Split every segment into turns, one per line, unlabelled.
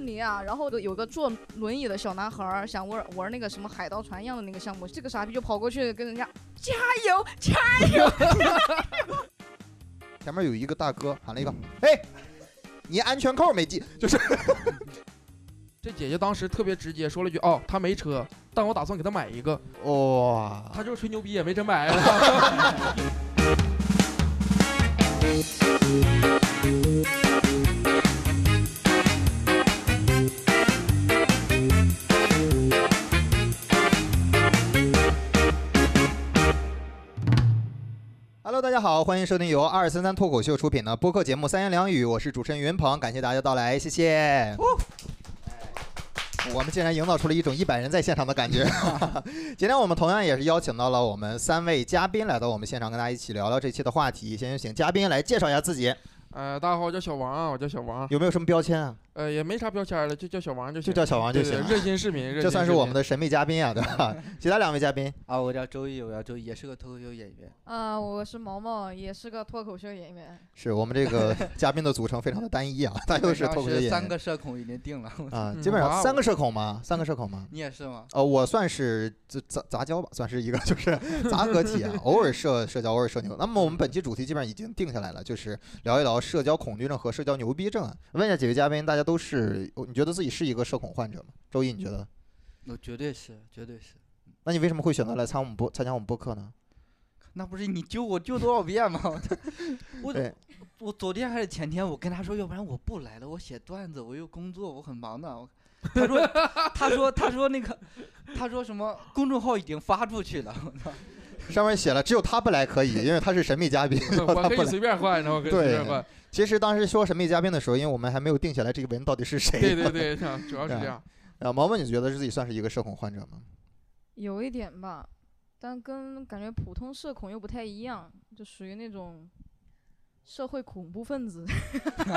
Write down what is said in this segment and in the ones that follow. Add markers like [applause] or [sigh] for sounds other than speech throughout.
尼亚，然后有个坐轮椅的小男孩儿想玩玩那个什么海盗船一样的那个项目，这个傻逼就跑过去跟人家加油加油，
前面有一个大哥喊了一个：“哎，你安全扣没系。”就是
这姐姐当时特别直接，说了一句：“哦，她没车，但我打算给她买一个。
哇、”
她就是吹牛逼，也没真买。 [laughs]
Hello，大家好，欢迎收听由二三三脱口秀出品的播客节目《三言两语》，我是主持人云鹏，感谢大家到来，谢谢。
哦
我们竟然营造出了一种一百人在现场的感觉。 [laughs] 今天我们同样也是邀请到了我们三位嘉宾来到我们现场，跟大家一起聊聊这期的话题。先有请嘉宾来介绍一下自己，
呃，大家好，我叫小王啊，我叫小王，
有没有什么标签啊？
呃，也没啥标签了，就叫小王就
就
行，
叫小王就
对
行
对
了。
热心市民，热心
这算是
市民
我们的神秘嘉宾啊，对吧？其他两位嘉宾，
啊，我叫周易，我叫周易，也是个脱口秀演
[laughs]
员。
啊，我是毛毛，也是个脱口秀演员，
是我们这
[laughs]
个嘉宾的组成非常的单一啊，他又
基
是脱
本上
口秀演
三
员
个社恐已经定了，
啊，
嗯
基本
哇
上
哦嗯
三个社恐嘛，三个社恐嘛。
你也是吗？
呃，我算是杂杂杂交吧，算是一个 [laughs] 就是杂合体啊，偶尔社社交，偶尔社牛。那么我们本期主题基本上已经定下来了，就是聊一聊社交恐惧症和社交牛逼症啊。问一下几位嘉宾，大家都是你觉得自己是一个社恐患者吗？周一，你觉得？
我绝对是，绝对是。
那你为什么会选择来参我们播参加我们播客呢？
那不是你揪我揪多少遍吗？ [laughs] 我操我
对
我昨天还是前天，我跟他说，要不然我不来了，我写段子，我又工作，我很忙的。我他说，他说，他说那个，他说什么？公众号已经发出去了。 [laughs] 我操
上面写了只有他不来可以，因为他是神秘嘉宾，然后
[laughs] 我
他
可
不来。
以随便换，然后可以随
对
便换。
其实当时说神秘嘉宾的时候，因为我们还没有定下来这个人到底是谁。
对对对，啊主要
对
是
啊 [laughs]
这样。
啊，毛毛，你觉得自己算是一个社恐患者吗？ [laughs]
有一点吧，但跟感觉普通社恐又不太一样，就属于那种社会恐怖分子。 [laughs]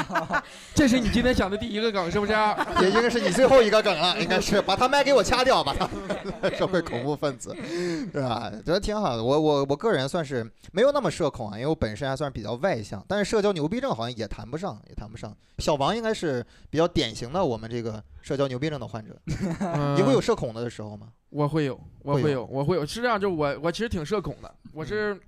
这是你今天想的第一个梗，是不是啊？
也应该是你最后一个梗啊了，应该是把他麦给我掐掉吧， [laughs] 社会恐怖分子，是吧？觉得挺好的。我我我个人算是没有那么社恐啊，因为我本身还算比较外向，但是社交牛逼症好像也谈不上，也谈不上。小王应该是比较典型的我们这个社交牛逼症的患者。 [laughs] 你会有
嗯
社恐的时候吗？
我会有，我
会
会
有嗯
有，我会有。是这样，就我我其实挺社恐的，我是。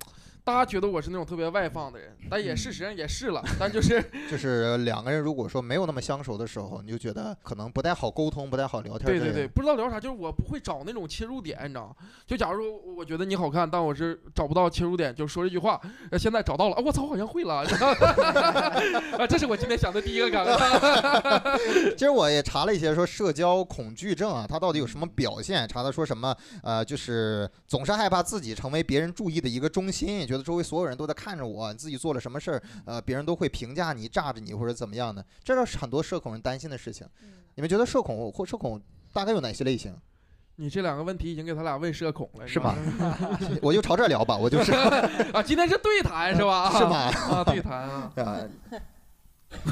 大家觉得我是那种特别外放的人，但也
嗯
事实上也是了，但就是
就是两个人如果说没有那么相熟的时候，你就觉得可能不太好沟通，不太好聊天。
对对对，，不知道聊啥，就是我不会找那种切入点，你知道吗？就假如说我我觉得你好看，但我是找不到切入点，就说这句话。呃现在找到了，啊我操，我好像会了。 [laughs] 啊，这是我今天想的第一个感觉。
其实我也查了一些，说社交恐惧症啊，它到底有什么表现？查的说什么？呃，就是总是害怕自己成为别人注意的一个中心，觉得周围所有人都在看着我，自己做了什么事儿，呃，别人都会评价你、炸着你或者怎么样的，这是很多社恐人担心的事情。
嗯
你们觉得社恐或社恐大概有哪些类
[laughs]
型？
[laughs] 你这两个问题已经给他俩问社恐了，
是吗
吧？
我就朝这儿聊吧，我就是
啊，今天是对谈 [laughs] 是吧？
[laughs] 是？吗？
啊，对谈
[laughs]
啊，
啊，
[laughs]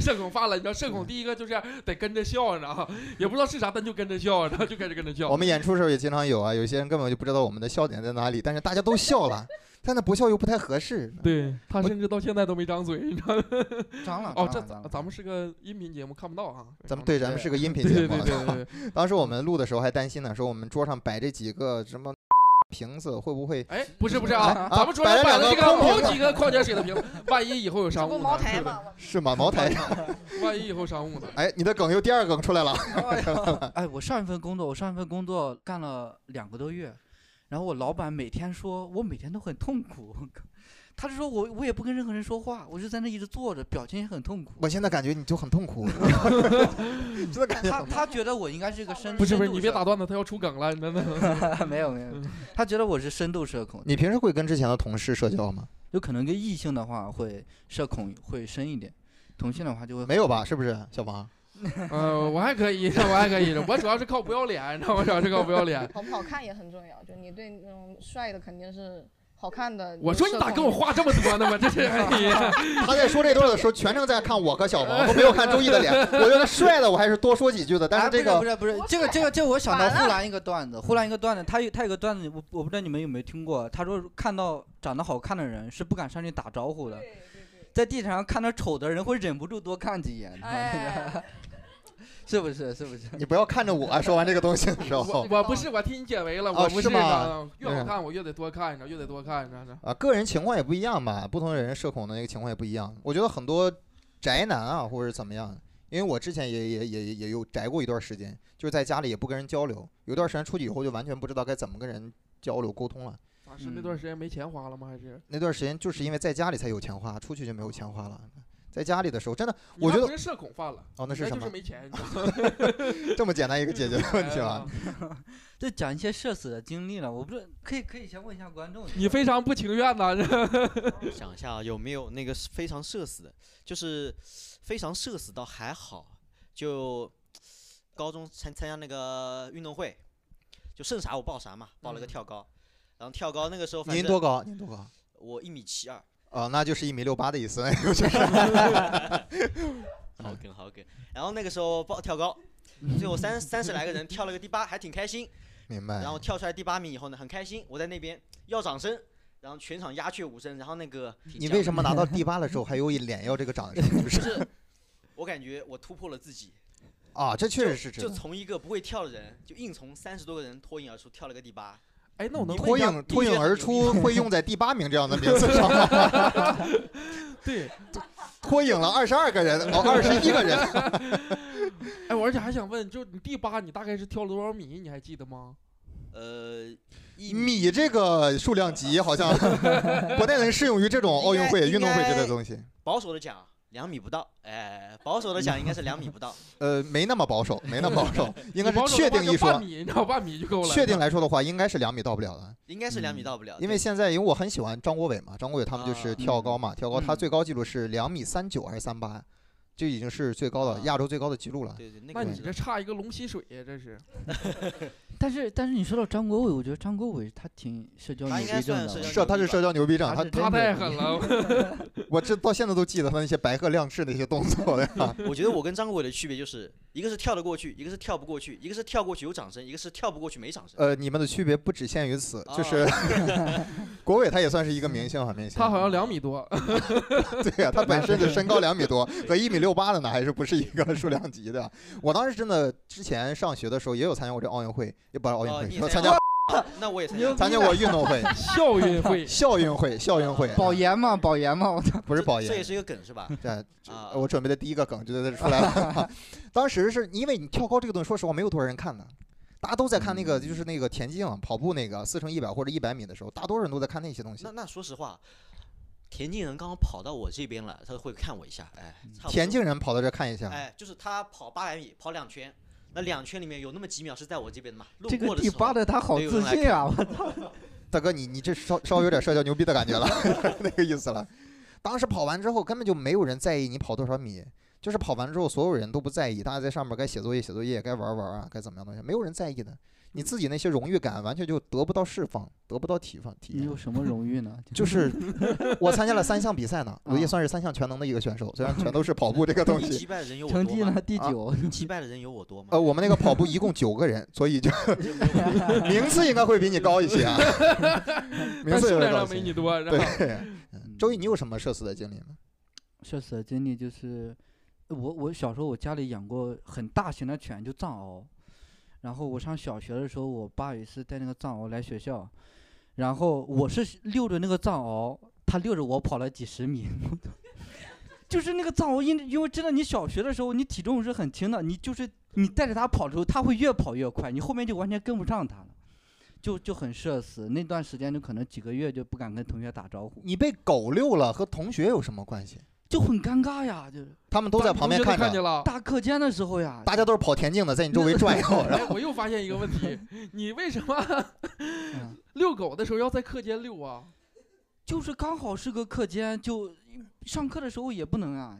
社恐发了。你知道社恐第一个就是得跟着笑，你知道吗？也不知道是啥，但就跟着笑，然后就开始跟着笑
我。们演出的时候也经常有啊，有些人根本就不知道我们的笑点在哪里，但是大家都笑了，但那不笑又不太合适。
对他甚至到现在都没张嘴，你知道吗？
张了，
哦，
张
这
了张了
咱们是个音频节目，看不到
啊
啊。
咱们对，咱们是个音频
对
节
对
目
对
啊，
对对。
当时我们录的时候还担心呢，说我们桌上摆这几个什 [laughs] 么瓶子会不会？
哎，不是不是
哎啊，
啊咱们桌上
摆
摆
了两
了这
个
个
空
好
瓶
几个矿泉水的瓶子，万一以后有
这
商
不
务
茅
呢？
台
是不是
嘛，我
是吗？茅台？
[laughs] 万一以后商务
[laughs]
呢？
[laughs] 哎，你的梗又第二梗出来了。
哎，我上一份工作，我上一份工作干了两个多月，然后我老板每天说我每天都很痛苦，他是说我我也不跟任何人说话，我就在那一直坐着，表情也很痛苦。
我现在感觉你就很痛苦，真的感觉
他
很
他觉得我应该是一个深
不是不是，你别嗯打
打
断他，他要出梗了，真的。 [laughs]
没有没有，他觉得我是深度社恐，
你平时会跟之前的同事社交吗？
有可能跟异性的话会社恐会深一点，同性的话就会
没有吧？是不是，小 [laughs] 王？
呃，我还可以， [laughs] 我还可以，我主要是靠不要脸，你知道吗？我主要是靠不要脸。
好不好看也很重要，就你对那种帅的肯定是好看的。
我说你咋跟我
换？ [laughs]
话这么多呢？我这是 [laughs] 哎你，
他在说这段的时候，全程在看我和小王，都没有看周易的脸。我觉得帅的我还是多说几句的，但
哎
啊是这
不
个
是不是不
不
是这个这个这个我想到
反了
呼兰一个段子，呼兰一个段子，他有他有个段子，我我不知道你们有没有听过，他说看到长得好看的人是不敢上去打招呼的，在地铁上看到丑的人会忍不住多看几眼。
哎，
[laughs] 是不是？是不是？
你不要看着我说完这个东西的时
我
候
我不是，我替你解围了，
哦
我不
是吗
啊越
对
好
啊
看我越得多看着，越得多看着。是
啊，个人情况也不一样吧，不同的人社恐的那个情况也不一样。我觉得很多宅男啊，或者怎么样，因为我之前也也也也有宅过一段时间，就是在家里也不跟人交流，有段时间出去以后就完全不知道该怎么跟人交流沟通了。
咋是那
嗯
段时间没钱花了吗？还是
那段时间就是因为在家里才有钱花，出去就没有钱花了。在家里的时候，真的
你
我
那
觉得
不是社恐犯了，
哦，那
你
是什
就
么
是？没钱，
[laughs] 这么简单一个解决的问题吗
吧？？
就讲一些社死的经历了，我不是可以可以先问一下观众，
你非常不情愿呐， [laughs] 这
想一下啊有没有那个是非常社死的，就是非常社死倒还好，就高中参参加那个运动会，就剩啥我报啥嘛，报了个
嗯
跳高，然后跳高那个时候反
您
正
多高？啊您多高？
我一米七二，
哦，那就是一米六八的意
[laughs]
思，就是
好梗好梗，然后那个时候报跳高，最后三三十来个人跳了个第八，还挺开心，
明白。
然后跳出来第八名以后呢，很开心，我在那边要掌声。然后全场鸦雀无声，然后那个
你为什么
[laughs]
拿到第八的时候还有一脸要这个掌声？就
就是是我感觉我突破了自己，
啊，这确
就
实是
就
真的。
从一个不会跳的人，就硬从三十多个人脱颖而出，跳了个第八。
哎，那我能
脱
问一下
颖脱
你觉
颖
得
而
有
出会用在第八名这样的名字上吗？
[laughs] 对，
脱颖了二十二个人，哦，二十一个人，
哎，我而且还想问，就是你第八，你大概是跳了多少米？你还记得吗？
呃，一
米这个数量级好像不太能适用于这种奥运会、
应该
运动会之类的
应该
东西。
保守的讲两米不到，哎，保守的讲应该是两米不
[laughs]
到。
呃，没那么保守，没那么保守，应该
你保
是
守
确
的话
定
就
一
半
说，
米，你知道半米就够了。
确定来说的话，应该是两米到不了的。
应该是两米
嗯
到不了，
因为
啊对
现在因为我很喜欢张国伟嘛，张国伟他们就是
啊
跳高嘛，跳高他
嗯
最高纪录是两米三九还是三八，这已经是最高的
啊
亚洲最高的纪录了。
对对，那
[laughs] 那
个
你这差一个龙吸水呀，这是。
但是但是你说到张国伟，我觉得张国伟他挺社交
他
牛
应该
逼症
算
的，
社交
社他是社交牛逼症，
他
他
是
他
真
太
的
狠了，
[laughs] 我这到现在都记得他那些白鹤亮翅那些动作呀。
[laughs]
我觉得我跟张国伟的区别就是，一个是跳得过去，一个是跳不过去，一个是跳过去有掌声，一个是跳不过去没掌声。
呃，你们的区别不只限于此，
啊
就是、国伟他也算是一 [laughs] 个明星，很啊明显。
他好像两米多。
[laughs] 对呀、啊他本身的身高两米多，和一米六八的呢，还是不是一个数量级的。我当时真的之前上学的时候也有参加过这奥运会，也不是奥运
哦你
会，
也
说
参
参
加
加
那我也参
牛
加
逼
参加过运动会、，
校运
[laughs]
会
校运会、校运会，啊
保研嘛，保研 [laughs] 嘛，我操，
不是保
这也
研。
是一个梗是
[laughs]
吧？
对，
啊，
我准备的第一个梗就在这出来
[laughs]
了。当时是因为你跳高这个东西，说实话没有多少人看的，大家都在看那
嗯
个，就是那个田径、跑步那个四乘一百或者一百米的时候，大多数人都在看那些东西
那。那说实话，田径人刚刚跑到我这边了，他会看我一下，哎，差不多
田径人跑到这看一
啊
下，
哎，就是他跑八百米，跑两圈，那两圈里面有那么几秒是在我这边的嘛？路
这个
过的
第
时候，
八的他好自信啊，我
大哥你你这稍稍微有点社交牛逼的感觉
[laughs]
了，那个意思了。当时跑完之后根本就没有人在意你跑多少米，就是跑完之后所有人都不在意，大家在上面该写作业写作业，该玩儿玩儿啊，该怎么样东西，没有人在意的。你自己那些荣誉感完全就得不到释放，得不到体放体
你
验
有。什么荣誉呢？
就是我参加了三项比赛呢，我也
啊
算是三项全能的一个选手，虽然全都是跑步这个东
你
西。
[laughs] 击败的人有我多
成绩
吗
呢？？哦第
啊
九，
你击败的人有我多吗？
呃，我们那个跑步一共九个人，所以
[laughs]
就名次应该会比你高一些啊，名
但
次
数
有点
量
高
上
一些
没你。多。然后
对，周易，你有什么社死的经历吗？
社死的经历就是，呃我我小时候我家里养过很大型的犬，就藏獒。然后我上小学的时候，我爸有一次带那个藏獒来学校，然后我是溜着那个藏獒，它溜着我跑了几十米。 [laughs] 就是那个藏獒，因因为真的你小学的时候你体重是很轻的，你就是你带着它跑的时候，它会越跑越快，你后面就完全跟不上它了，就就很社死。那段时间就可能几个月就不敢跟同学打招呼，
你被狗遛了和同学有什么关系？
就很尴尬呀，就是。
他们都在旁边
同学都
看
看
着
见，了。
大课间的时候呀，
大家都是跑田径的，在你周围转
[laughs]
悠，然后
哎，我又发现一个
[laughs]
问题，你为什么 [laughs]
嗯
遛狗的时候要在课间遛啊？
就是刚好是个课间，就上课的时候也不能
[laughs]
啊。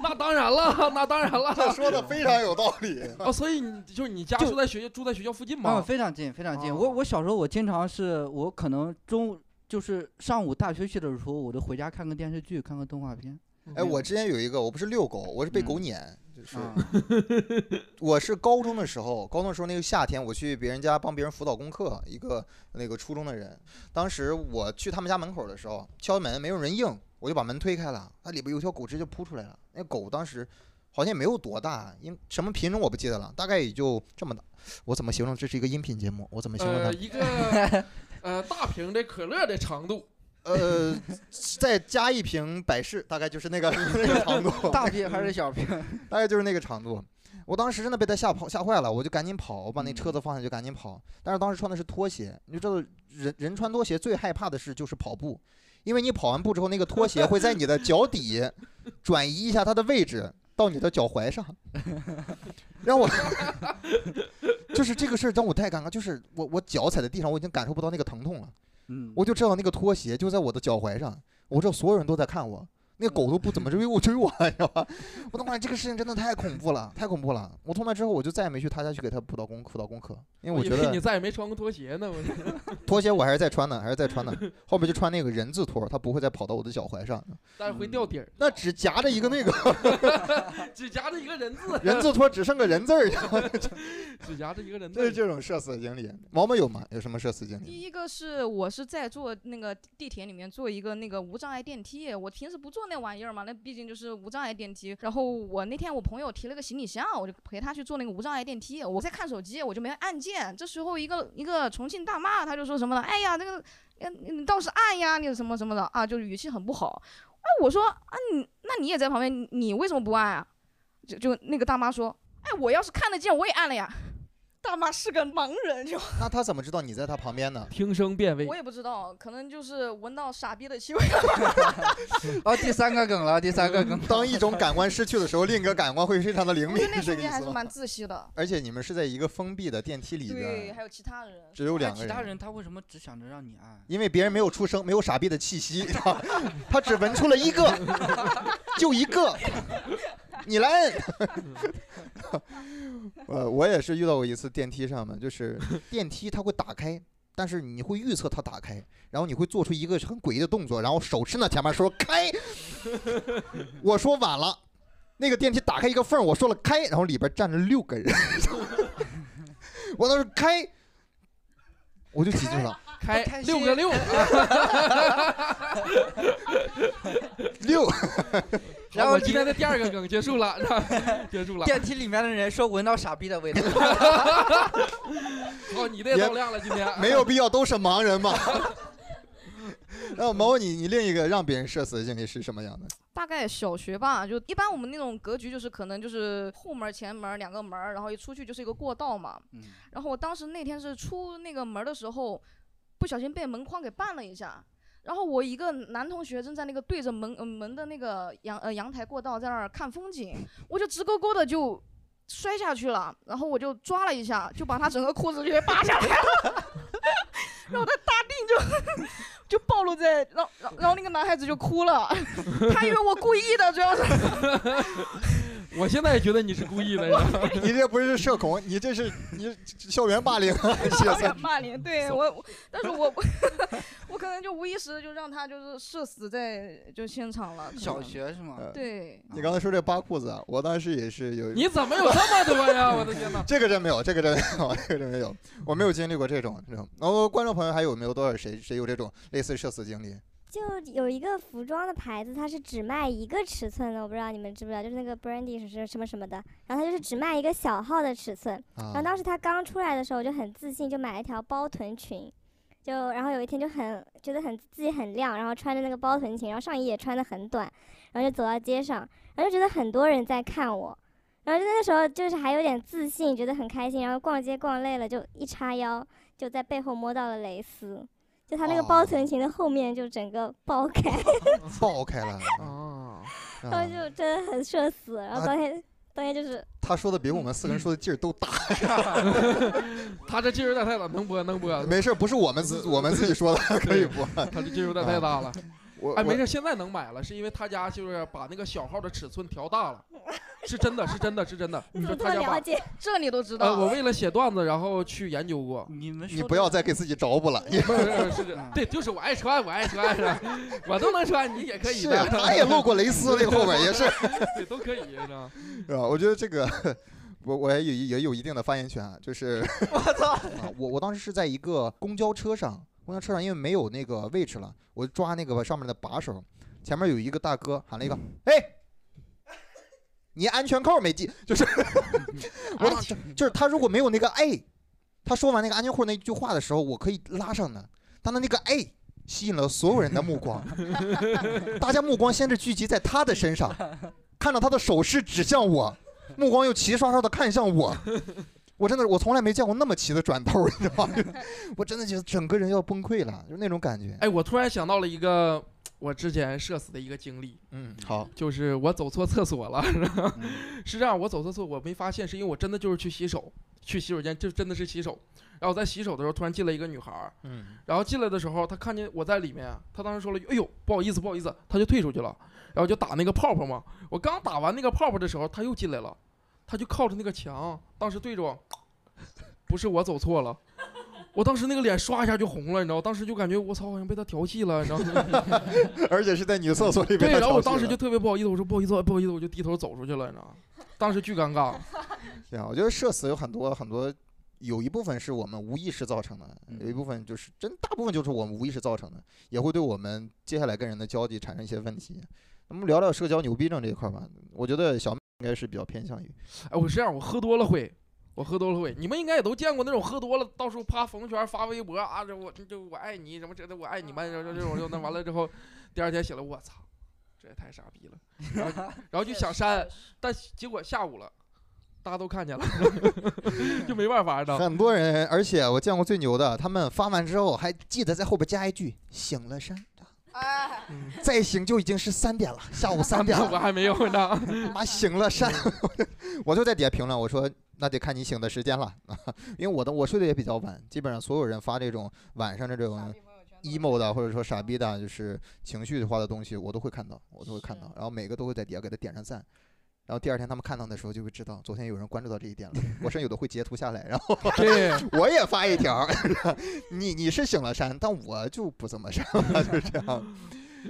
那当然了，那当然了。
说的非常有道
[laughs]
理。
啊，所以你就是你家
就
住在学住在学校附近
啊，
吗？
非常近，非常近。
哦
我我小时候我经常是我可能中午就是上午大学去的时候，我就回家看个电视剧，看个动画片。
哎，我之前有一个，我不是遛狗，我是被狗
嗯
撵，就是 [laughs]
啊，
我是高中的时候，高中的时候那个夏天，我去别人家帮别人辅导功课，一个那个初中的人，当时我去他们家门口的时候，敲门没有人应，我就把门推开了，那里边有一条狗直接就扑出来了，那狗当时好像也没有多大，因什么品种我不记得了，大概也就这么大，我怎么形容这是一个音频节目？我怎么形容它
呃，？
[laughs]
一个呃大瓶的可乐的长度，
[laughs] 呃，再加一瓶百事，大概就是那个 [laughs] 那个长度，
大瓶还是小
[laughs]
瓶？
大概就是那个长度。我当时真的被他吓跑吓坏了，我就赶紧跑，我把那车子放下就赶紧跑。但是当时穿的是拖鞋，你知道人人穿拖鞋最害怕的事就是跑步，因为你跑完步之后，那个拖鞋会在你的脚底转移一下它的位置到你的脚踝上，让我就是这个事儿让我太尴尬，就是我我脚踩在地上，我已经感受不到那个疼痛了。
嗯，
我就知道那个拖鞋就在我的脚踝上，我知道所有人都在看我，那个狗都不
嗯
怎么追 [laughs] 我追我，你知道吧？我他妈这个事情真的太恐怖了，太恐怖了！我从那之后我就再也没去他家去给他辅导功辅导功课，因为我
以
觉
为
得
你再也没穿过拖鞋呢。我
拖鞋我还是在穿的，还是在穿的，后面就穿那个人字拖，它不会再跑到我的脚踝上，
但是会掉底儿，
那只夹着一个那个
只夹着一个人字，
人字拖，只剩个人字儿，然 [laughs] 后
只夹着一个人
就是
字。
这种社死的经历。毛毛有吗？有什么社死经历？
第一个是我是在坐那个地铁里面坐一个那个无障碍电梯，我平时不坐那玩意儿嘛，那毕竟就是无障碍电梯。然后我那天我朋友提了个行李箱，我就陪他去坐那个无障碍电梯，我在看手机，我就没按键。这时候一个一个重庆大妈，她就说什么了，哎呀，那个，哎你倒是按呀，你什么什么的啊，就是语气很不好。哎，我说啊，你那你也在旁边，你你为什么不按啊？就就那个大妈说，哎，我要是看得见，我也按了呀。大妈是个盲人，就
那他怎么知道你在他旁边呢？
听声辨位
我，也不知道，可能就是闻到傻逼的气味。
啊，第三个梗了，第
[laughs]
三个梗，
当一种感官失去的时候，另一个感官会非常的灵
我
敏
觉得，那
这
瞬
个意
间还
思
是
吗？
蛮窒息的。
而且你们是在一个封闭的电梯里
对，
边，
还有其他人，
只有
那
两个
其他
人，
人他为什么只想着让你按？
因为别人没有出声，没有傻逼的气息， [laughs] 他只闻出了一个，就一个，你来摁。呃，我也是遇到过一次电梯上面，就是电梯它会打开，但是你会预测它打开，然后你会做出一个很诡异的动作，然后手伸到前面说开，我说晚了。那个电梯打开一个缝儿，我说了开，然后里边站着六个人，我当时开，我就急住了，
开
不开心
六个六，
六
然后
我
你
今天的第二个梗结束了，结束了。
电梯里面的人说闻到傻逼的
[laughs]
味道，
好，你的也
也
到量了，今天
没有必要都是盲人嘛。 [laughs] 然后毛你你另一个让别人社死的经历是什么样的？
大概小学吧，就一般我们那种格局就是可能就是后门、前门两个门儿，然后一出去就是一个过道嘛。
嗯
然后我当时那天是出那个门儿的时候，不小心被门框给绊了一下。然后我一个男同学正在那个对着门、呃、门的那个阳呃阳台过道在那儿看风景，我就直勾勾的就摔下去了，然后我就抓了一下，就把他整个裤子就给扒下来了， [laughs] 然后他大腚就就暴露在，然后然后然后那个男孩子就哭了，他以为我故意的，主要是
我现在也觉得你是故意的，是吧 [laughs]
你这不是社恐，你这是你校园霸凌啊，
校
社死
园霸凌，对我，我但 [laughs] 是我 [laughs] 我可能就无意识的就让他就是社死在就现场了。可
小
能
学是吗？，
呃
对，
你刚才说这扒裤子啊，我当时也是有。
你怎么有这么多呀？我的天
[laughs]
哪！
这个真没有，这个真没有， [laughs] 这个真没有，我没有经历过这种这种。然后观众朋友还有没有多少谁谁有这种类似社死经历？
就有一个服装的牌子，它是只卖一个尺寸的，我不知道你们知不知道，就是那个 Brandy 是什么什么的，然后它就是只卖一个小号的尺寸。然
啊
后，当时它刚出来的时候，我就很自信，就买了一条包臀裙，就然后有一天就很觉得很自己很亮，然后穿着那个包臀裙，然后上衣也穿的很短，然后就走到街上，然后就觉得很多人在看我，然后就那时候就是还有点自信，觉得很开心，然后逛街逛累了就一叉腰，就在背后摸到了蕾丝。就它那个包
哦
臀裙的后面就整个爆开， [laughs]
爆开了。
[laughs] 啊，
然后
啊、
就真的很社死。然
啊
后当天，当天就是
他说的比我们四个人说的劲儿都大。
他这劲儿有点太大，能播能播，
没事，不是我们自我们自己说的，可以播。啊
他这劲儿有点太大了。
我
嗯哎，没
事，
事，现在能买了，是因为他家就是把那个小号的尺寸调大了，是真的，是真的，是真的，
你怎
是
么这
他
么
家把
了。解？
这你都知道？
呃，我为了写段子，然后去研究过
你们
你
说
不
的
要再给自己找补了。你
不是不是是 [laughs] 这
嗯
对，就是我爱穿，我爱穿，是吧我都能穿，啊你也可以
是啊
的，
他也露过蕾丝，那个后边也
[laughs]
是。
对，都可以，是 [laughs] 吧？啊
是吧？我觉得这个 [laughs] 我我也有也有一定的发言权啊，就是
[laughs]
我操！
啊我我当时是在一个公交车上，公交车上因为没有那个位置了，我抓那个上面的把手，前面有一个大哥喊
嗯
了一个，哎。你安全扣没系，就是我当时就是他如果没有那个哎，他说完那个安全扣那句话的时候，我可以拉上的，但他那个哎吸引了所有人的目
[laughs]
光，大家目光先是聚集在他的身上，看到他的手势指向我，目光又齐刷刷的看向我，我真的我从来没见过那么齐的转头，你知道吗？ [laughs] 我真的觉得整个人要崩溃了，就那种感觉。
哎，我突然想到了一个我之前社死的一个经历，
嗯，好，
就是我走错厕所了。
嗯
[laughs] 是这样，我走错厕所我没发现，是因为我真的就是去洗手，去洗手间，就真的是洗手。然后我在洗手的时候，突然进来一个女孩儿，
嗯，
然后进来的时候，她看见我在里面，她当时说了：“哎呦，不好意思，不好意思。”她就退出去了，然后就打那个泡泡嘛。我刚打完那个泡泡的时候，她又进来了，她就靠着那个墙，当时对着我， [laughs] 不是我走错了。我当时那个脸刷一下就红了，你知道，当时就感觉我操，好像被她调戏了，你知道。
而且是在女厕所里
对，
面。
然后我当时就特别不好意思，我说不好意思，不好意思，我就低头走出去了，你知道。当时巨尴尬，
对啊，我觉得社死有很多很多，有一部分是我们无意识造成的，有一部分就是真大部分就是我们无意识造成的，也会对我们接下来跟人的交际产生一些问题。那么聊聊社交牛逼症这一块儿吧，我觉得小妹应该是比较偏向于，
哎，我是这样，我喝多了会，我喝多了会，你们应该也都见过那种喝多了，到处啪朋友圈发微博啊，这我这这我爱你什么这这我爱你们，然后这种就那完了之后，第二天写了我操，这也太傻逼了，然后然后就想删，但结果下午了，大家都看见了， [laughs] 就没办法了。
很多人，而且我见过最牛的，他们发完之后还记得在后边加一句“醒了删”，
哎，
[laughs] 再醒就已经是三点了，下午三点了，
我还没有呢，
妈醒了删，我就在底下评论，我说那得看你醒的时间了， [laughs] 因为我的我睡得也比较晚，基本上所有人发这种晚上这种 emo 的嗯或者说傻逼的，就是情绪化的东西，我都会看到，我都会看到，然后每个都会在底下给他点上赞。然后第二天他们看到的时候就会知道，昨天有人关注到这一点了。我甚至有的会截图下来，然后
对，
[laughs] 我也发一条。 [laughs] 你你是醒了删，但我就不怎么删了，就是这样。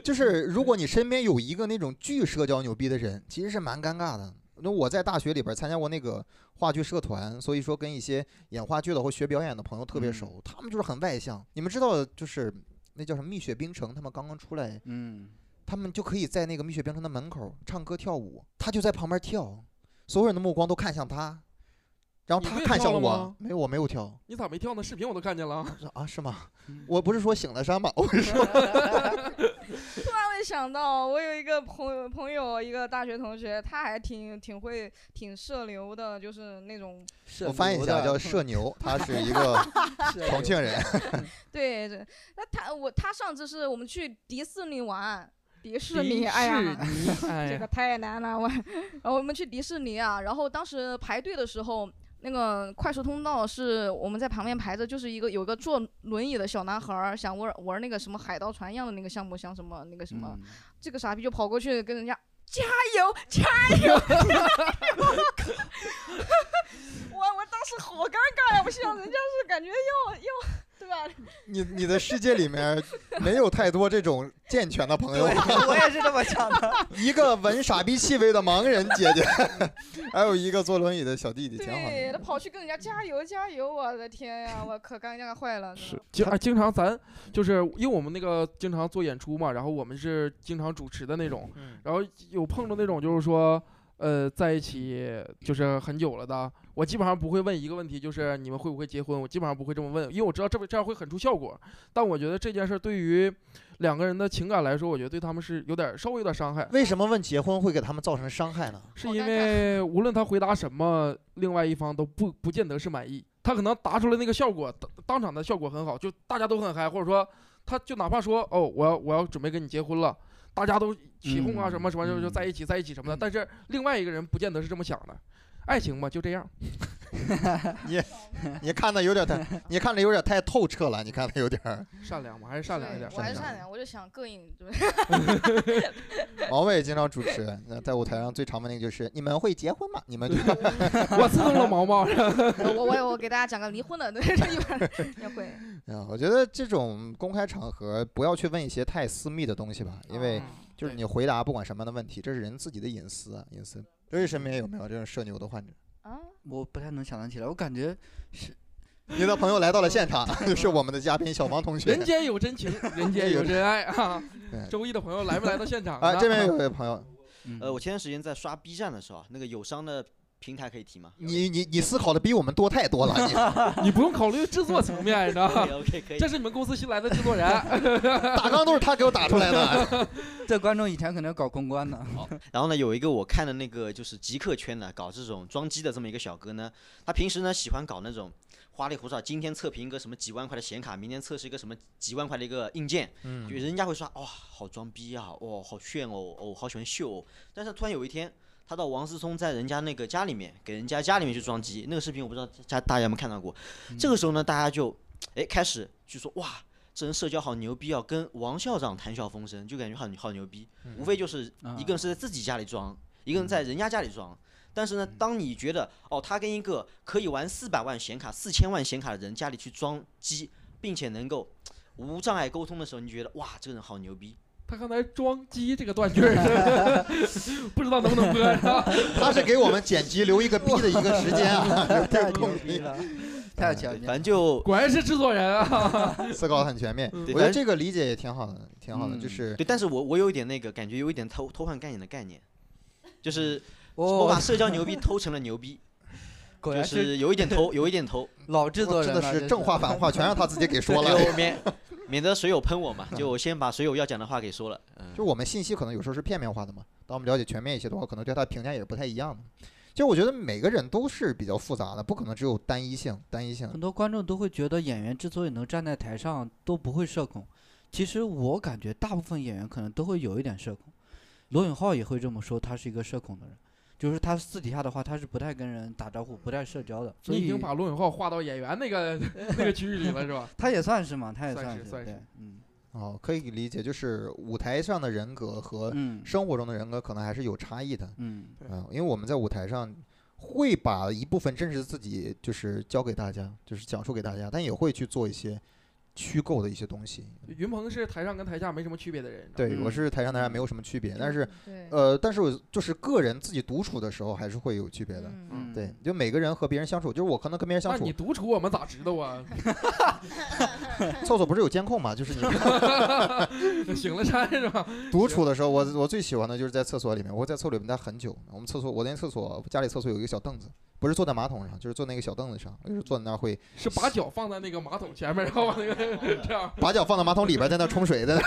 就是如果你身边有一个那种巨社交牛逼的人，其实是蛮尴尬的。那我在大学里边参加过那个话剧社团，所以说跟一些演话剧的或学表演的朋友
嗯
特别熟，他们就是很外向。你们知道，就是那叫什么《蜜雪冰城》，他们刚刚出来，
嗯，
他们就可以在那个蜜雪冰城的门口唱歌跳舞，他就在旁边跳，所有人的目光都看向他，然后
你
他
不也
看
跳
向
了
我
吗，
没有，我没有跳。
你咋没跳呢？视频我都看见了。
我说啊，是吗？
嗯
我不是说醒了山吗？ [laughs] 我是说
突然会想到，我有一个朋友，朋友一个大学同学，他还挺挺会挺社牛的，就是那种
社
我翻译一
牛
下
的
叫社
[laughs]
牛，他是一个
社
重庆人。
对对。那他我他上次是我们去迪士尼玩，迪士
迪
尼，哎
士
呀，
[laughs]
尼，哎
这
呀
嗯
个太难了，我。然后我们去迪士尼啊，然后当时排队的时候，那个快速通道是我们在旁边排着，就是一个有个坐轮椅的小男孩儿想玩玩那个什么海盗船一样的那个项目，像什么那个什么，
嗯
牛，
这个傻逼就跑过去跟人家。加油！加油！加 [laughs] 油！我我当时好尴尬呀，我想人家是感觉要要对吧？
你你的世界里面没有太多这种健全的朋友，
[laughs]
对，我也是这么想的。
一个闻傻逼气味的盲人姐 [laughs] 姐，还有一个坐轮椅的小弟弟，挺好
对
的。
他跑去跟人家加油加油！我的天呀，我可尴尬坏了。真的
是，经啊，经常咱就是因为我们那个经常做演出嘛，然后我们是经常主持的那种，然后有碰着那种就是说，呃，在一起就是很久了的，我基本上不会问一个问题，就是你们会不会结婚，我基本上不会这么问，因为我知道这么这样会很出效果，但我觉得这件事儿对于两个人的情感来说，我觉得对他们是有点儿稍微有点儿伤害，
为什么问结婚会给他们造成伤害呢？
是
好
因
尴尬
为无论他回答什么，另外一方都不不见得是满意。他可能答出来那个效果，当当场的效果很好，就大家都很嗨，或者说他就哪怕说哦，我要我要准备跟你结婚了，大家都起哄啊
嗯
什么什么，就就
嗯
在一起在一起什么的。但是另外一个人不见得是这么想的。爱情嘛就这样，
你看的有点太，你看的有点太透彻了，你看的有点儿。
善良嘛还是善良一
嗯对
点。
我还是
善
善
良
良，我就想膈应，对
王伟经常主持，那在舞台上最常问那个就是你们会结婚吗？你们就
我刺痛了毛毛，
[laughs] 我我我给大家讲个离婚的， [laughs] 对，这一
[laughs]
般人也会。
啊，我觉得这种公开场合不要去问一些太私密的东西吧，因为
嗯
就是
对
你回答不管什么样的问题，这是人自己的隐私啊，隐私。所以身边有没有这种社牛的患者？
啊，
[laughs] 我不太能想得起来，我感觉是
你的朋友来到了现场，就是我们的嘉宾小王同学
[laughs] 人。间
[laughs]
有真情，人间有真爱啊
对！
周一的朋友来没来到现场呢？
啊，这边有位朋友，
嗯
呃，我前段时间在刷 B 站的时候啊，那个友商的平台可以提
[laughs]
吗
你你你思考的比我们多太多了，你
[laughs] 你不用考虑制作层面，你知道吗？ [laughs]
？OK，可以
这。是你们公司新来的制作人，
打纲都是他给我打出来
[laughs]
的。啊
这观众以前可能搞公关 [laughs] 呢，
然后呢，有一个我看的那个就是极客圈的搞这种装机的这么一个小哥呢，他平时呢喜欢搞那种花里胡哨，今天测评一个什么几万块的显卡，明天测试一个什么几万块的一个硬件，
嗯
就人家会说哇好装逼啊，哇好炫哦，哦好喜欢秀哦。但是突然有一天，他到王思聪在人家那个家里面给人家家里面去装机，那个视频我不知道家大家有没有看到过。这个时候呢，大家就哎开始就说哇。这人社交好牛逼啊，跟王校长谈笑风生，就感觉好好牛逼。无非就是
啊
一个人是在自己家里装，一个人在人家家里装。但是呢，当你觉得哦，他跟一个可以玩四百万显卡、四千万显卡的人家里去装机，并且能够无障碍沟通的时候，你觉得哇，这个人好牛逼。
他刚才装机这个断句儿， [laughs] 不知道能不能播是吧？
他是给我们剪辑留一个逼的一个时间啊，
[laughs] 太牛逼了，太强
对，
了。
反正就
果然是制作人啊！
思考得很全面。
嗯
我
对
觉得
反正
这个理解也挺好的，挺好的，就
嗯
是
对，但是我我有一点那个感觉，有一点偷偷换概念的概念，就是我把
哦，
社交牛逼偷成了牛逼，
[laughs] 果
就
然
是有一点偷，有一点
[laughs]
偷，
老制作
真
人
的
了，
是正话反话全让他自己给说
[laughs]
了。
就免免得水友喷我嘛，就我先把水友要讲的话给说了。嗯
就，我们信息可能有时候是片面化的嘛。当我们了解全面一些的话，可能对他的评价也是不太一样的。就我觉得每个人都是比较复杂的，不可能只有单一性，单一性
很多观众都会觉得演员之所以能站在台上都不会社恐，其实我感觉大部分演员可能都会有一点社恐。罗永浩也会这么说，他是一个社恐的人，就是他私底下的话，他是不太跟人打招呼、不太社交的，所
你已
以
经把罗永浩划到演员那个 [laughs] 那个区域里了，是吧？
他也算是嘛，他也
算
算
是算
对
是，
嗯
哦，可以理解，就是舞台上的人格和
嗯
生活中的人格可能还是有差异的。
嗯，
对
嗯，因为我们在舞台上会把一部分真实的自己就是交给大家，就是讲述给大家，但也会去做一些虚构的一些东西。
云鹏是台上跟台下没什么区别的人，你知道吗
对，我
嗯
是台上台下没有什么区别，但是
对，
呃，但是我就是个人自己独处的时候还是会有区别的。
嗯，
嗯
对，就每个人和别人相处，就是我可能跟别人相
那
处
你，独处我们 [laughs] 咋知道啊？
厕所不是有监控嘛？就是你
行了，山是吧？
独处的时候，我我最喜欢的就是在厕所里面，我会在厕所里面待很久。我们厕所，我那厕所家里厕所有一个小凳子，不是坐在马桶上，就是坐那个小凳子上，就是坐在那儿会
是把脚放在那个马桶前面，然后把那个 [laughs] 这样。
把脚放到马桶里边，在那儿 [laughs] 冲水的。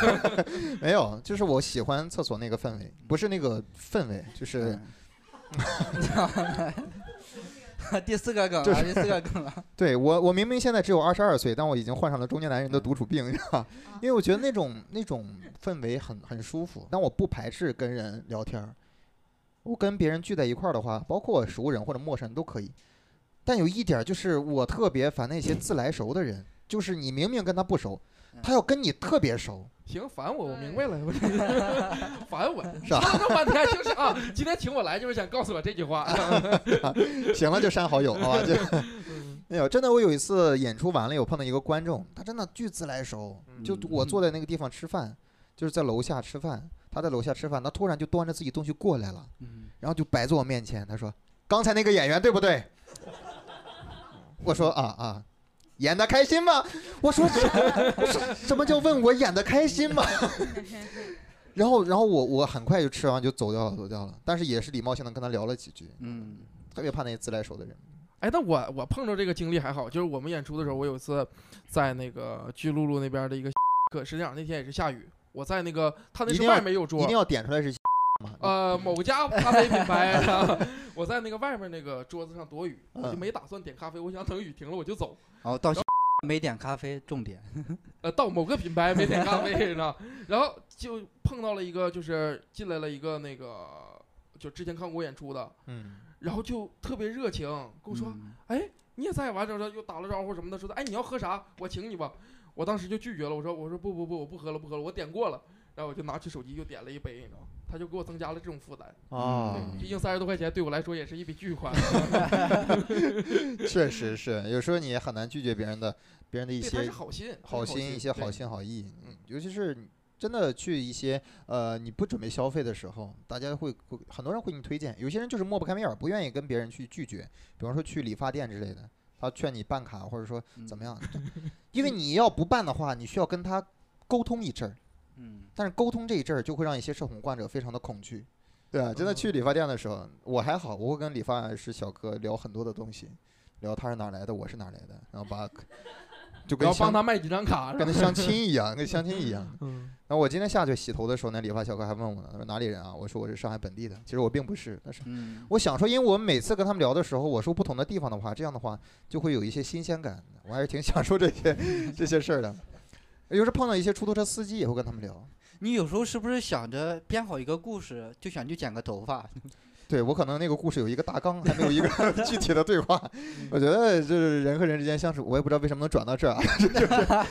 没有，就是我喜欢厕所那个氛围，不是那个氛围，就是
嗯 [laughs] 第四个梗
就
了，第四个梗了，
对我我明明现在只有二十二岁，但我已经患上了中年男人的独处病，你知道吧因为我觉得那种那种氛围很很舒服，但我不排斥跟人聊天儿。我跟别人聚在一块儿的话，包括熟人或者陌生人都可以。但有一点儿就是，我特别烦那些自来熟的人，就是你明明跟他不熟，他要跟你特别熟，
行，烦我，我明白了，我 [laughs] 烦我，
是吧？
那半天就是啊，今天请我来就是想告诉我这句话。
[laughs]
行了，就删好友，好吧？就
嗯
没有，真的，我有一次演出完了，有碰到一个观众，他真的巨自来熟，就
嗯
我坐在那个地方吃饭，就是在楼下吃饭，他在楼下吃饭，他突然就端着自己东西过来了，
嗯
然后就摆在我面前，他说：“刚才那个演员对不对？” [laughs] 我说：“啊啊，演的开心吗？”我说：“什什什么叫问我演的开心吗？” [laughs]
嗯
然后，然后我我很快就吃完就走掉了，走掉了。但是也是礼貌性的跟他聊了几句，
嗯
特别怕那些自来熟的人。
哎，但我我碰着这个经历还好，就是我们演出的时候，我有一次在那个巨鹿路那边的一个 [laughs] 课，实际上那天也是下雨，我在那个他那
一
是
定要
外面有
一
桌
定，要点出来是嘛？
呃，某家咖啡品牌上，我在那个外面那个桌子上躲雨，我就
嗯
没打算点咖啡，我想等雨停了我就走。
然后到没点咖啡，重点，
呃，到某个品牌没点咖啡呢，然后就碰到了一个，就是进来了一个那个，就之前看过我演出的，
嗯，
然后就特别热情，跟我说：“
嗯
哎，你也在？”完之后又打了招呼什么的，说的：“哎，你要喝啥？我请你吧。”我当时就拒绝了，我说：“我说不不不，我不喝了，不喝了，我点过了。”然后我就拿起手机又点了一杯，你知道吗？他就给我增加了这种负担，
啊，
嗯
毕竟三十多块钱对我来说也是一笔巨款。
确实是，有时候你也很难拒绝别人的别人的一
对，他
些
是好心，他是
好心一些好
对
心好意，嗯
嗯
尤其是你真的去一些呃你不准备消费的时候，大家会会很多人会给你推荐，有些人就是抹不开面儿，不愿意跟别人去拒绝，比方说去理发店之类的，他劝你办卡或者说怎么？样，因为你要不办的话，你需要跟他沟通一阵儿，
嗯
但是沟通这一阵儿就会让一些受恐患者非常的恐惧。对啊，真的去理发店的时候，我还好，我会跟理发师小哥聊很多的东西，聊他是哪儿来的，我是哪儿来的，然后把就
然
跟
后帮
相
他卖几张卡，是
跟
吧
他相亲一样，跟相亲一样。
嗯，
然后我今天下去洗头的时候，那理发小哥还问我呢，他说哪里人啊？我说我是上海本地的，其实我并不是，但是
嗯，
我想说，因为我们每次跟他们聊的时候，我说不同的地方的话，这样的话就会有一些新鲜感。我还是挺享受这些这些事儿的。有时候碰到一些出租车司机也会跟他们聊，
你有时候是不是想着编好一个故事，就想去剪个头发？
对我可能那个故事有一个大纲，还没有一个 [laughs] 具体的对话。 [laughs] 我觉得就是人和人之间相处，我也不知道为什么能转到这儿啊， [laughs] 就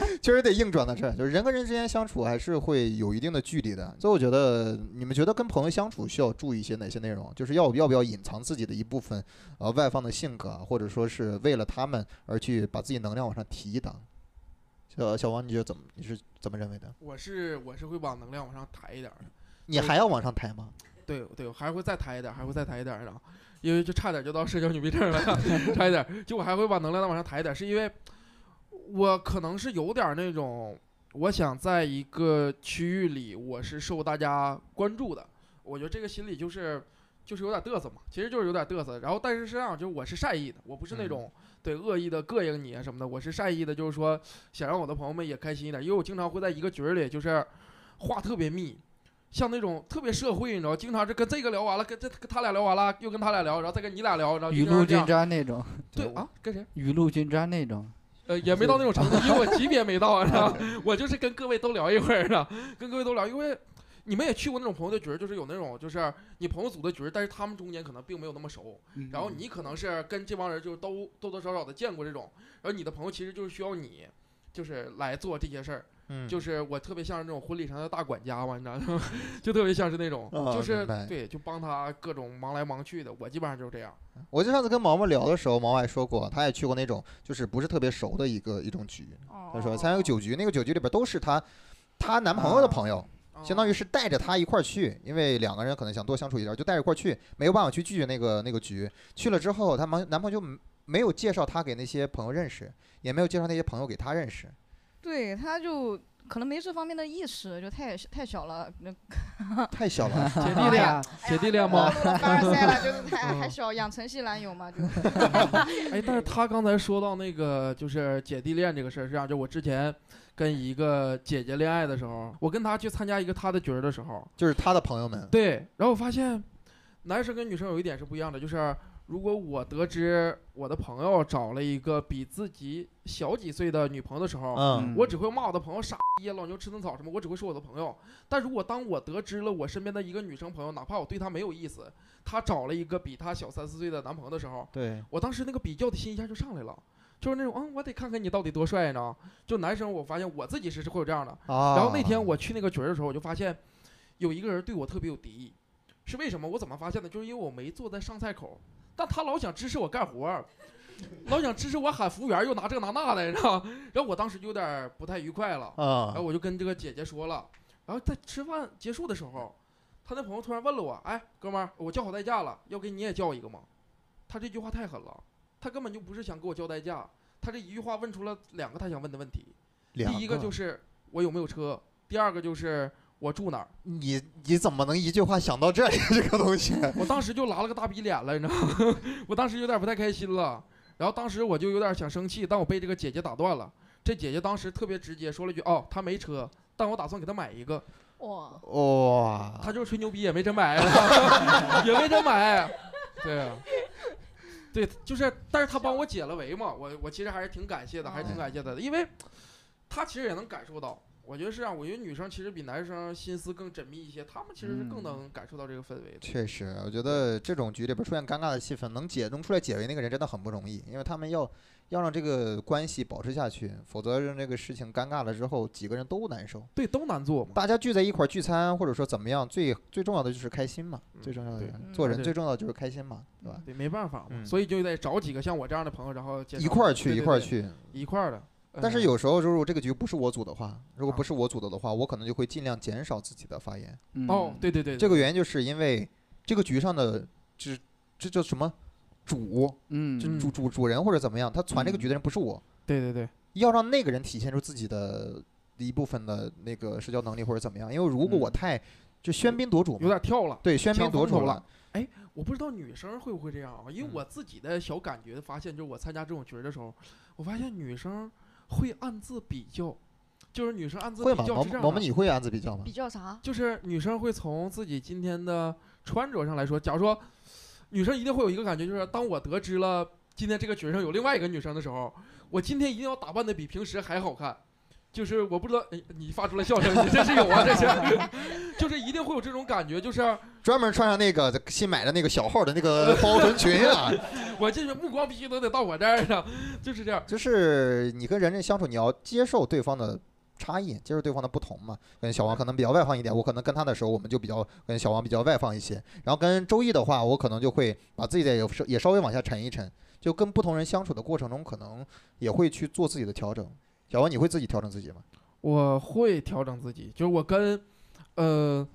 是 [laughs] 确实得硬转到这儿。就是人和人之间相处还是会有一定的距离的，所以我觉得你们觉得跟朋友相处需要注意一些哪些内容？就是要要不要隐藏自己的一部分呃外放的性格啊，或者说是为了他们而去把自己能量往上提一档？小小王，你觉得怎么？你是怎么认为的？
我是我是会把能量往上抬一点儿的。
你还要往上抬吗？
对对，我还会再抬一点儿，还会再抬一点儿的啊，因为就差点就到社交牛逼症了， [laughs] 差一点儿，就我还会把能量再往上抬一点儿，是因为我可能是有点儿那种，我想在一个区域里我是受大家关注的，我觉得这个心理就是就是有点嘚瑟嘛，其实就是有点嘚瑟，然后但是实际上就是我是善意的，我不是那
嗯
种、对恶意的膈应你啊什么的，我是善意的，就是说想让我的朋友们也开心一点，因为我经常会在一个局儿里就是话特别密，像那种特别社会，你知道，经常是跟这个聊完了，跟这跟他俩聊完了，又跟他俩聊，然后再跟你俩聊，然后就
雨
经常
露
这
均
样。
沾那种，
对啊，跟谁？
雨露均沾那种。
呃，也没到那种程度，
[laughs]
因为我级别没到啊，是吧我就是跟各位都聊一会儿啊，跟各位都聊，因为你们也去过那种朋友的局儿，就是有那种就是你朋友组的局儿，但是他们中间可能并没有那么熟，
嗯
嗯然后你可能是跟这帮人就是都多多少少的见过这种，然后你的朋友其实就是需要你，就是来做这些事儿。
嗯
就是我特别像是那种婚礼上的大管家嘛，你知道吗？ [laughs] 就特别像是那种，
啊
就
明
是
白
对，就帮他各种忙来忙去的。我基本上就是这样。
我就上次跟毛毛聊的时候，毛毛也说过，他也去过那种就是不是特别熟的一个一种局。他
他
说参加个酒局，那个酒局里边都是她她男朋友的
啊
朋友，相
哦
当于是带着她一块儿去，因为两个人可能想多相处一点，就带着一块儿去，没有办法去拒绝那个那个局。去了之后，她男男朋友就没有介绍她给那些朋友认识，也没有介绍那些朋友给她认识。
对，他就可能没这方面的意识，就太太小了，那
啊
哎
太小
[laughs]
了，
嗯姐
[laughs]
嗯
弟
啊
俩，姐弟俩吗？
凡尔赛了，就是还
嗯
还小，养成系男友嘛，就
哎，但是他刚才说到那个就是姐弟恋这个事儿，是这样，就我之前跟一个姐姐恋爱的时候，我跟她去参加一个她的局儿的时候，
就是她的朋友们。
对，然后我发现男生跟女生有一点是不一样的，就是如果我得知我的朋友找了一个比自己小几岁的女朋友的时候，
嗯，
我只会骂我的朋友傻逼、老牛吃嫩草什么，我只会说我的朋友。但如果当我得知了我身边的一个女生朋友，哪怕我对她没有意思，她找了一个比她小三四岁的男朋友的时候，
对，
我当时那个比较的心一下就上来了，就是那种，嗯，我得看看你到底多帅呢。就男生，我发现我自己是是会有这样的。
啊。
然后那天我去那个局儿的时候，我就发现有一个人对我特别有敌意，是为什么？我怎么发现的？就是因为我没坐在上菜口，但他老想支持我干活儿，老想支持我喊服务员儿，又拿这拿那的，你知道吗？然后我当时就有点儿不太愉快了，
啊
然后，我就跟这个姐姐说了。然后在吃饭结束的时候，他那朋友突然问了我：“哎，哥们儿，我叫好代驾了，要给你也叫一个吗？”他这句话太狠了，他根本就不是想给我叫代驾，他这一句话问出了两个他想问的问题。
两
第一个就是我有没有车，第二个就是我住哪儿。
你你怎么能一句话想到这里这个东西？
我当时就拉了个大逼脸了，你知道吗？ [laughs] 我当时有点不太开心了，然后当时我就有点想生气，但我被这个姐姐打断了。这姐姐当时特别直接，说了一句：“哦，她没车，但我打算给她买一个。
哇，
哇，
她就是吹牛逼，也没真买，啊 [laughs] 也没真买。对 [laughs] 啊，对，就是，但是她帮我嗯解了围嘛，我我其实还是挺感谢的，还是挺感谢她的，因为她其实也能感受到我觉得是啊，我觉得女生其实比男生心思更缜密一些，他们其实是更
嗯
能感受到这个氛围的。
确实，我觉得这种局里边出现尴尬的气氛，能解能出来解围那个人真的很不容易，因为他们要要让这个关系保持下去，否则让这个事情尴尬了之后，几个人都难受。
对，都难做嘛。
大家聚在一块儿聚餐，或者说怎么样，最最重要的就是开心嘛，最
嗯
重要的
对
就是
嗯
做人
对
最重要的就是开心嘛，对吧？
对，没办法嘛，
嗯
所以就得找几个像我这样的朋友，然后介
一
绍
块儿
他
去，
嗯对
一
对
块儿
对嗯
去。
一块儿的。
但是
呃
有时候，如果这个局不是我组的话，如果
啊
不是我组的的话，我可能就会尽量减少自己的发言。
哦，
嗯，
对对对，
这个原因就是因为这个局上的这这叫什么主，
嗯，
就
嗯
主主主人或者怎么样，他传这个局的人不是我，
对对对，
要让那个人体现出自己的一部分的那个社交能力或者怎么样。因为如果我
嗯
太就喧宾夺主
有
嘛，
点跳了。
对，喧宾
抢
夺
风
主
头
了
了，我不知道女生会不会这样啊，因为
嗯
我自己的小感觉发现，就是我参加这种群儿的时候，我发现女生会暗自比较，就是女生暗自
会
比
吗？
较
毛
是这样
毛毛，
的，
你会啊暗自比较吗
比？较啥？
就是女生会从自己今天的穿着上来说，假如说女生一定会有一个感觉，就是当我得知了今天这个群上有另外一个女生的时候，我今天一定要打扮的比平时还好看。就是我不知道，哎，你发出了笑声，你这是有啊，这是， [laughs] 就是一定会有这种感觉，就是
专门穿上那个新买的那个小号的那个包臀裙啊，
我这是目光必须都得到我这儿呢，就是这样。
就是你跟人家相处，你要接受对方的。差异接受对方的不同嘛，跟小王可能比较外放一点，我可能跟他的时候，我们就比较跟小王比较外放一些。然后跟周易的话，我可能就会把自己的也也稍微往下沉一沉，就跟不同人相处的过程中，可能也会去做自己的调整。小王，你会自己调整自己吗？
我会调整自己，就是我跟，呃，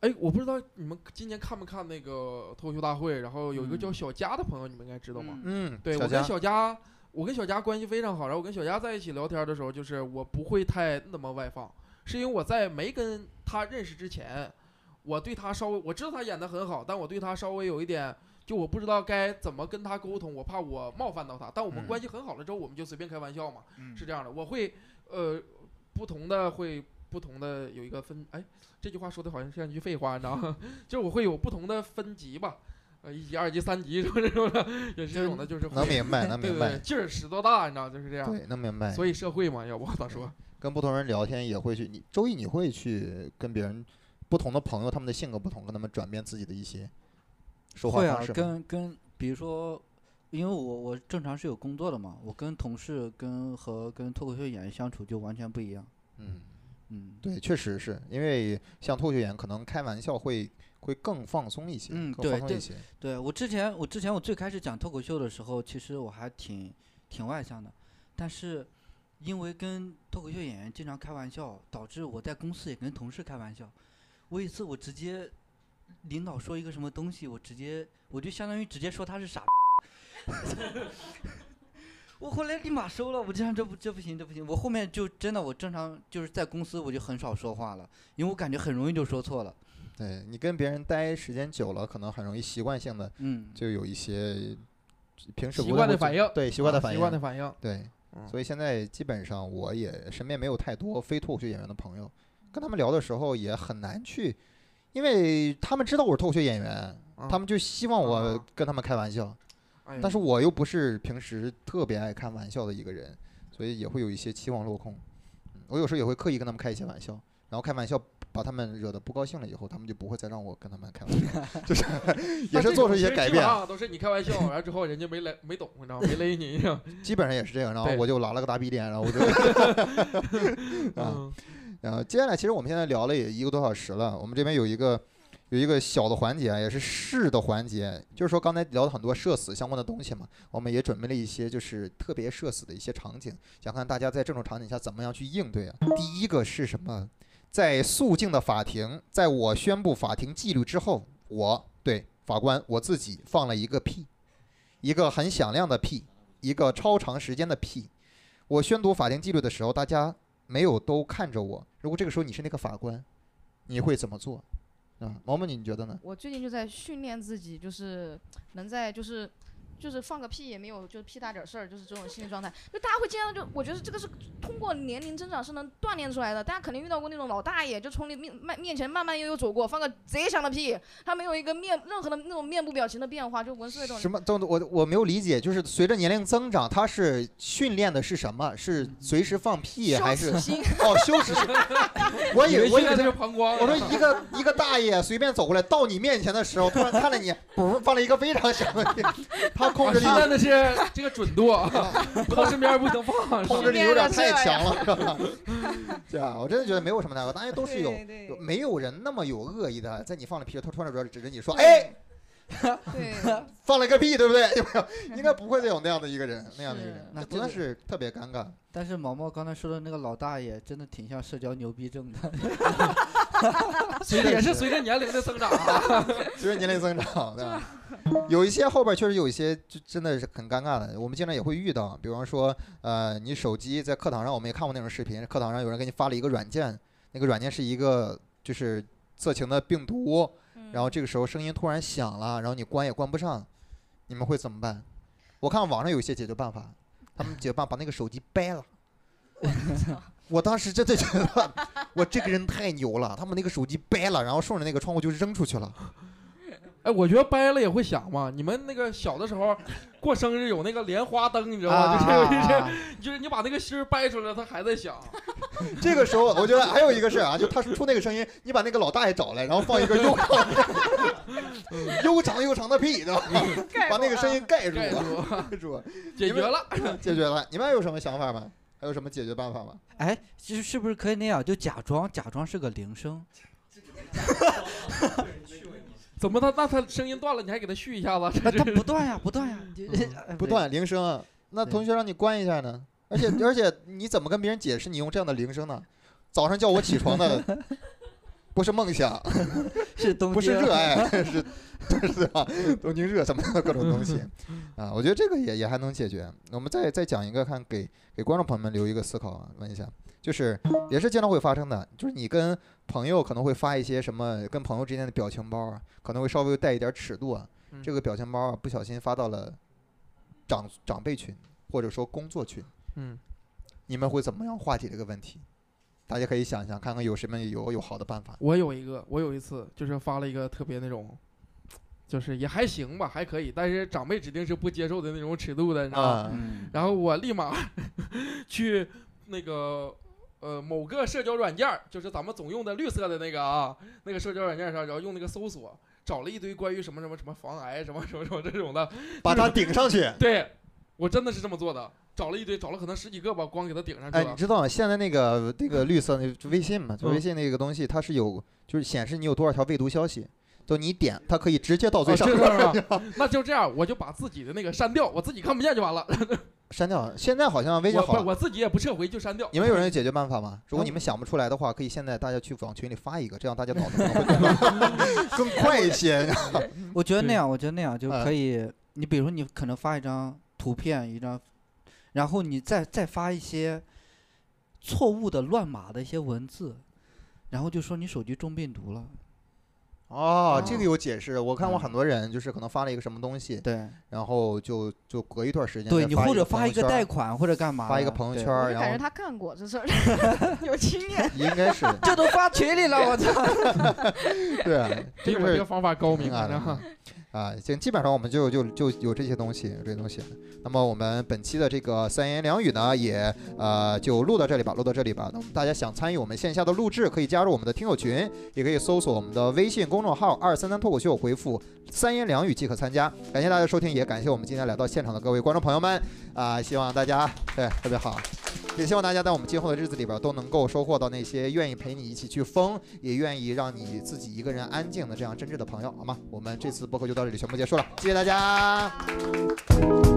哎，我不知道你们今年看没看那个脱口秀大会，然后有一个叫
嗯
小佳的朋友，你们应该知道吗？
嗯
嗯，
对
小
我
佳，
跟小佳，我跟小佳关系非常好，然后我跟小佳在一起聊天的时候，就是我不会太那么外放，是因为我在没跟他认识之前，我对他稍微我知道他演的很好，但我对他稍微有一点。就我不知道该怎么跟他沟通，我怕我冒犯到他。但我们
嗯
关系很好了之后，我们就随便开玩笑嘛。
嗯
是这样的，我会呃不同的会不同的有一个分，哎，这句话说的好像像一句废话，你知道吗？ [laughs] 就是我会有不同的分级吧，呃，一级、二级、三级什 [laughs] 么什么的，也是这种的，就是会
能明白，能
[laughs] 对
明
对
白
对，，劲儿使多大，你知道，就是这样。
对，能明白。
所以社会嘛，要不咋说？
跟不同人聊天也会去，你周易你会去跟别人不同的朋友，他们的性格不同，跟他们转变自己的一些说话
会
方
啊
式，吗。
跟跟比如说，因为我我正常是有工作的嘛，我跟同事跟和跟脱口秀演员相处就完全不一样。
嗯，
嗯，
对，确实是因为像脱口秀演员，可能开玩笑会会更放松一些，
嗯
更
对
放松
对
一些。
对我之前我之前我最开始讲脱口秀的时候，其实我还挺挺外向的，但是因为跟脱口秀演员经常开玩笑，导致我在公司也跟同事开玩笑。我有一次我直接领导说一个什么东西，我直接我就相当于直接说他是傻。 [laughs] 我后来立马收了，我这样这不这不行这不行，我后面就真的我正常就是在公司我就很少说话了，因为我感觉很容易就说错了。
对你跟别人待时间久了，可能很容易习惯性的
嗯，
就有一些平时
习
不
惯
太
的
会
反
做
应
对习惯的
啊
反
习
应，
惯的反应。
对，
嗯
所以现在基本上我也身边没有太多非脱口秀演员的朋友，跟他们聊的时候也很难去，因为他们知道我是脱口秀演员，他
啊
们就希望我
啊
跟他们开玩笑，
哎呀
但是我又不是平时特别爱开玩笑的一个人，所以也会有一些期望落空。嗯我有时候也会刻意跟他们开一些玩笑，然后开玩笑把他们惹得不高兴了以后，他们就不会再让我跟他们开玩笑了， [laughs] 就是也
但
是
这
做
种
出一
其
些
实
改
基本
变，
上都是你开玩笑，完了之后人家没来没懂，你知道吗？没勒你。
基本上也是这样。然后
对
我就拉了个大逼脸，然后我就 [laughs]
[laughs]
啊。
嗯，
然后接下来，其实我们现在聊了也一个多小时了，我们这边有一个有一个小的环节啊，也是试的环节，就是说刚才聊了很多社死相关的东西嘛，我们也准备了一些就是特别社死的一些场景，想看大家在这种场景下怎么样去应对啊。第一个是什么？在肃静的法庭，在我宣布法庭纪律之后，我对法官我自己放了一个屁，一个很响亮的屁，一个超长时间的屁。我宣读法庭纪律的时候，大家没有都看着我。如果这个时候你是那个法官，你会怎么做？啊，毛毛，你觉得呢？
我最近就在训练自己，就是能在就是就是放个屁也没有，就是屁大点事儿，就是这种心理状态。就大家会经常就，我觉得这个是通过年龄增长是能锻炼出来的。大家肯定遇到过那种老大爷，就从你面面面前慢慢悠悠走过，放个贼响的屁，他没有一个面任何的那种面部表情的变化，就文字这
什
种。
么？等等，我我没有理解，就是随着年龄增长，他是训练的是什么？是
嗯
随时放屁还是
羞耻心
[laughs] 哦羞耻心？ [laughs] 我以
以为
为我以
现
为他
在那是膀胱。
我说一个一个大爷随便走过来到你面前的时候，突然看着你，嘣放了一个非常响的屁，他控制
啊
力
现在的是这个准度，
[laughs]
啊， [laughs] 不到身边不能放。
控制力有点太强了，是吧？ [laughs]
[laughs]
对啊，我真的觉得没有什么太大，大家都是
[laughs]
有，
对对
有
对
没有人那么有恶意的，在你放了屁，他突然主要指着你说，哎，
[laughs]
[laughs]
对，
放了个屁，对不 [laughs] 对？有没有？应该不会再有那样的一个人，那样的一个人
是，
那
真的
这个
是特别尴尬。
但是毛毛刚才说的那个老大爷，真的挺像社交牛逼症的。
随着也是随着年龄的增长啊。
随着年龄增长，对吧？有一些后边确实有一些就真的是很尴尬的，我们经常也会遇到，比方说，呃，你手机在课堂上，我们也看过那种视频，课堂上有人给你发了一个软件，那个软件是一个就是色情的病毒，
嗯
然后这个时候声音突然响了，然后你关也关不上，你们会怎么办？我看网上有一些解决办法，他们解决办法把那个手机掰了。
嗯 [laughs]
我当时真的觉得，我这个人太牛了，他们那个手机掰了，然后顺着那个窗户就扔出去了。
哎，我觉得掰了也会响嘛。你们那个小的时候过生日有那个莲花灯，你知道
啊
吗？就是就是 [laughs] 就是你把那个芯儿掰出来，它还
[laughs]
在响。
这个时候，我觉得还有一个事儿啊，就他出那个声音，你把那个老大爷找来，然后放一个悠长、悠长、悠长的屁，对吧？把那个声音盖住，
盖住，
盖住，
解决了。
解决了。你们还有什么想法吗？还有什么解决办法吗？
哎，就是是不是可以那样，就假装假装是个铃声？
怎么他那他声音断了，你还给他续一下子？
那
这
它哎不
是
断呀，不断呀，就
嗯
[laughs]
哎
不断铃声啊，那
对
同学让你关一下呢。而且 [laughs] 而且，你怎么跟别人解释你用这样的铃声呢？早上叫我起床 [laughs] 的不是梦想，
是东
不是
京
热
[laughs]
爱，是 [laughs] 是吧？东京热什么的各种东西
嗯
啊，我觉得这个也也还能解决。我们再再讲一个，看给给观众朋友们留一个思考啊，问一下，就是也是经常会发生的，就是你跟朋友可能会发一些什么，跟朋友之间的表情包啊，可能会稍微带一点尺度啊，
嗯
这个表情包啊，不小心发到了长长辈群或者说工作群，
嗯，
你们会怎么样化解这个问题？大家可以想一想，看看有什么有有好的办法。
我有一个，我有一次就是发了一个特别那种，就是也还行吧，还可以，但是长辈指定是不接受的那种尺度的，你知道吗？
啊，
嗯，
然后我立马 [laughs] 去那个呃某个社交软件儿，就是咱们总用的绿色的那个啊，那个社交软件上，然后用那个搜索找了一堆关于什么什么什么防癌什么什么什么这种的，
把它顶上去。
对我真的是这么做的，找了一堆，找了可能十几个吧，光给它顶上去
哎，
了。
你知道现在那个那个绿色那就微信嘛，就微信那个东西，它是有就是显示你有多少条未读消息，就你一点，它可以直接到最
哦
上
这
面、
个是吧那就这样，我就把自己的那个删掉，我自己看不见就完了。
删掉。现在好像微信
我
好
不，
了，
我自己也不撤回，就删掉。
你们有人有解决办法吗？如果你们想不出来的话，可以现在大家去往群里发一个，这样大家脑子可能会更更快一些。 [laughs]
我觉得那
对
样，我觉得那样就
哎
可以。你比如你可能发一张图片，一张，然后你再再发一些错误的乱码的一些文字，然后就说你手机中病毒了。
哦
哦，
这个有解释。我看过很多人就是可能发了一个什么东西，
对
然后就就隔一段时间
对，
再
你或者发
发
一个贷
带，
款或者干嘛的，
发一个朋友
对
圈，，
我就感觉
然后
他干过这事儿， [laughs] 有经验。
应该是
这都发群里了，我操！
对啊，这
比
个
我这
是
个方法高明
啊
啊！然后
啊，行，基本上我们就就就有这些东西，有这些东西。那么我们本期的这个三言两语呢，也呃就录到这里吧，录到这里吧。那么大家想参与我们线下的录制，可以加入我们的听友群，也可以搜索我们的微信公众号“二三三脱口秀”，回复“三言两语”即可参加。感谢大家收听，也感谢我们今天来到现场的各位观众朋友们啊、希望大家对特别好。也希望大家在我们今后的日子里边都能够收获到那些愿意陪你一起去疯，也愿意让你自己一个人安静的这样真挚的朋友，好吗？我们这次播客就到这里，全部结束了，谢谢大家。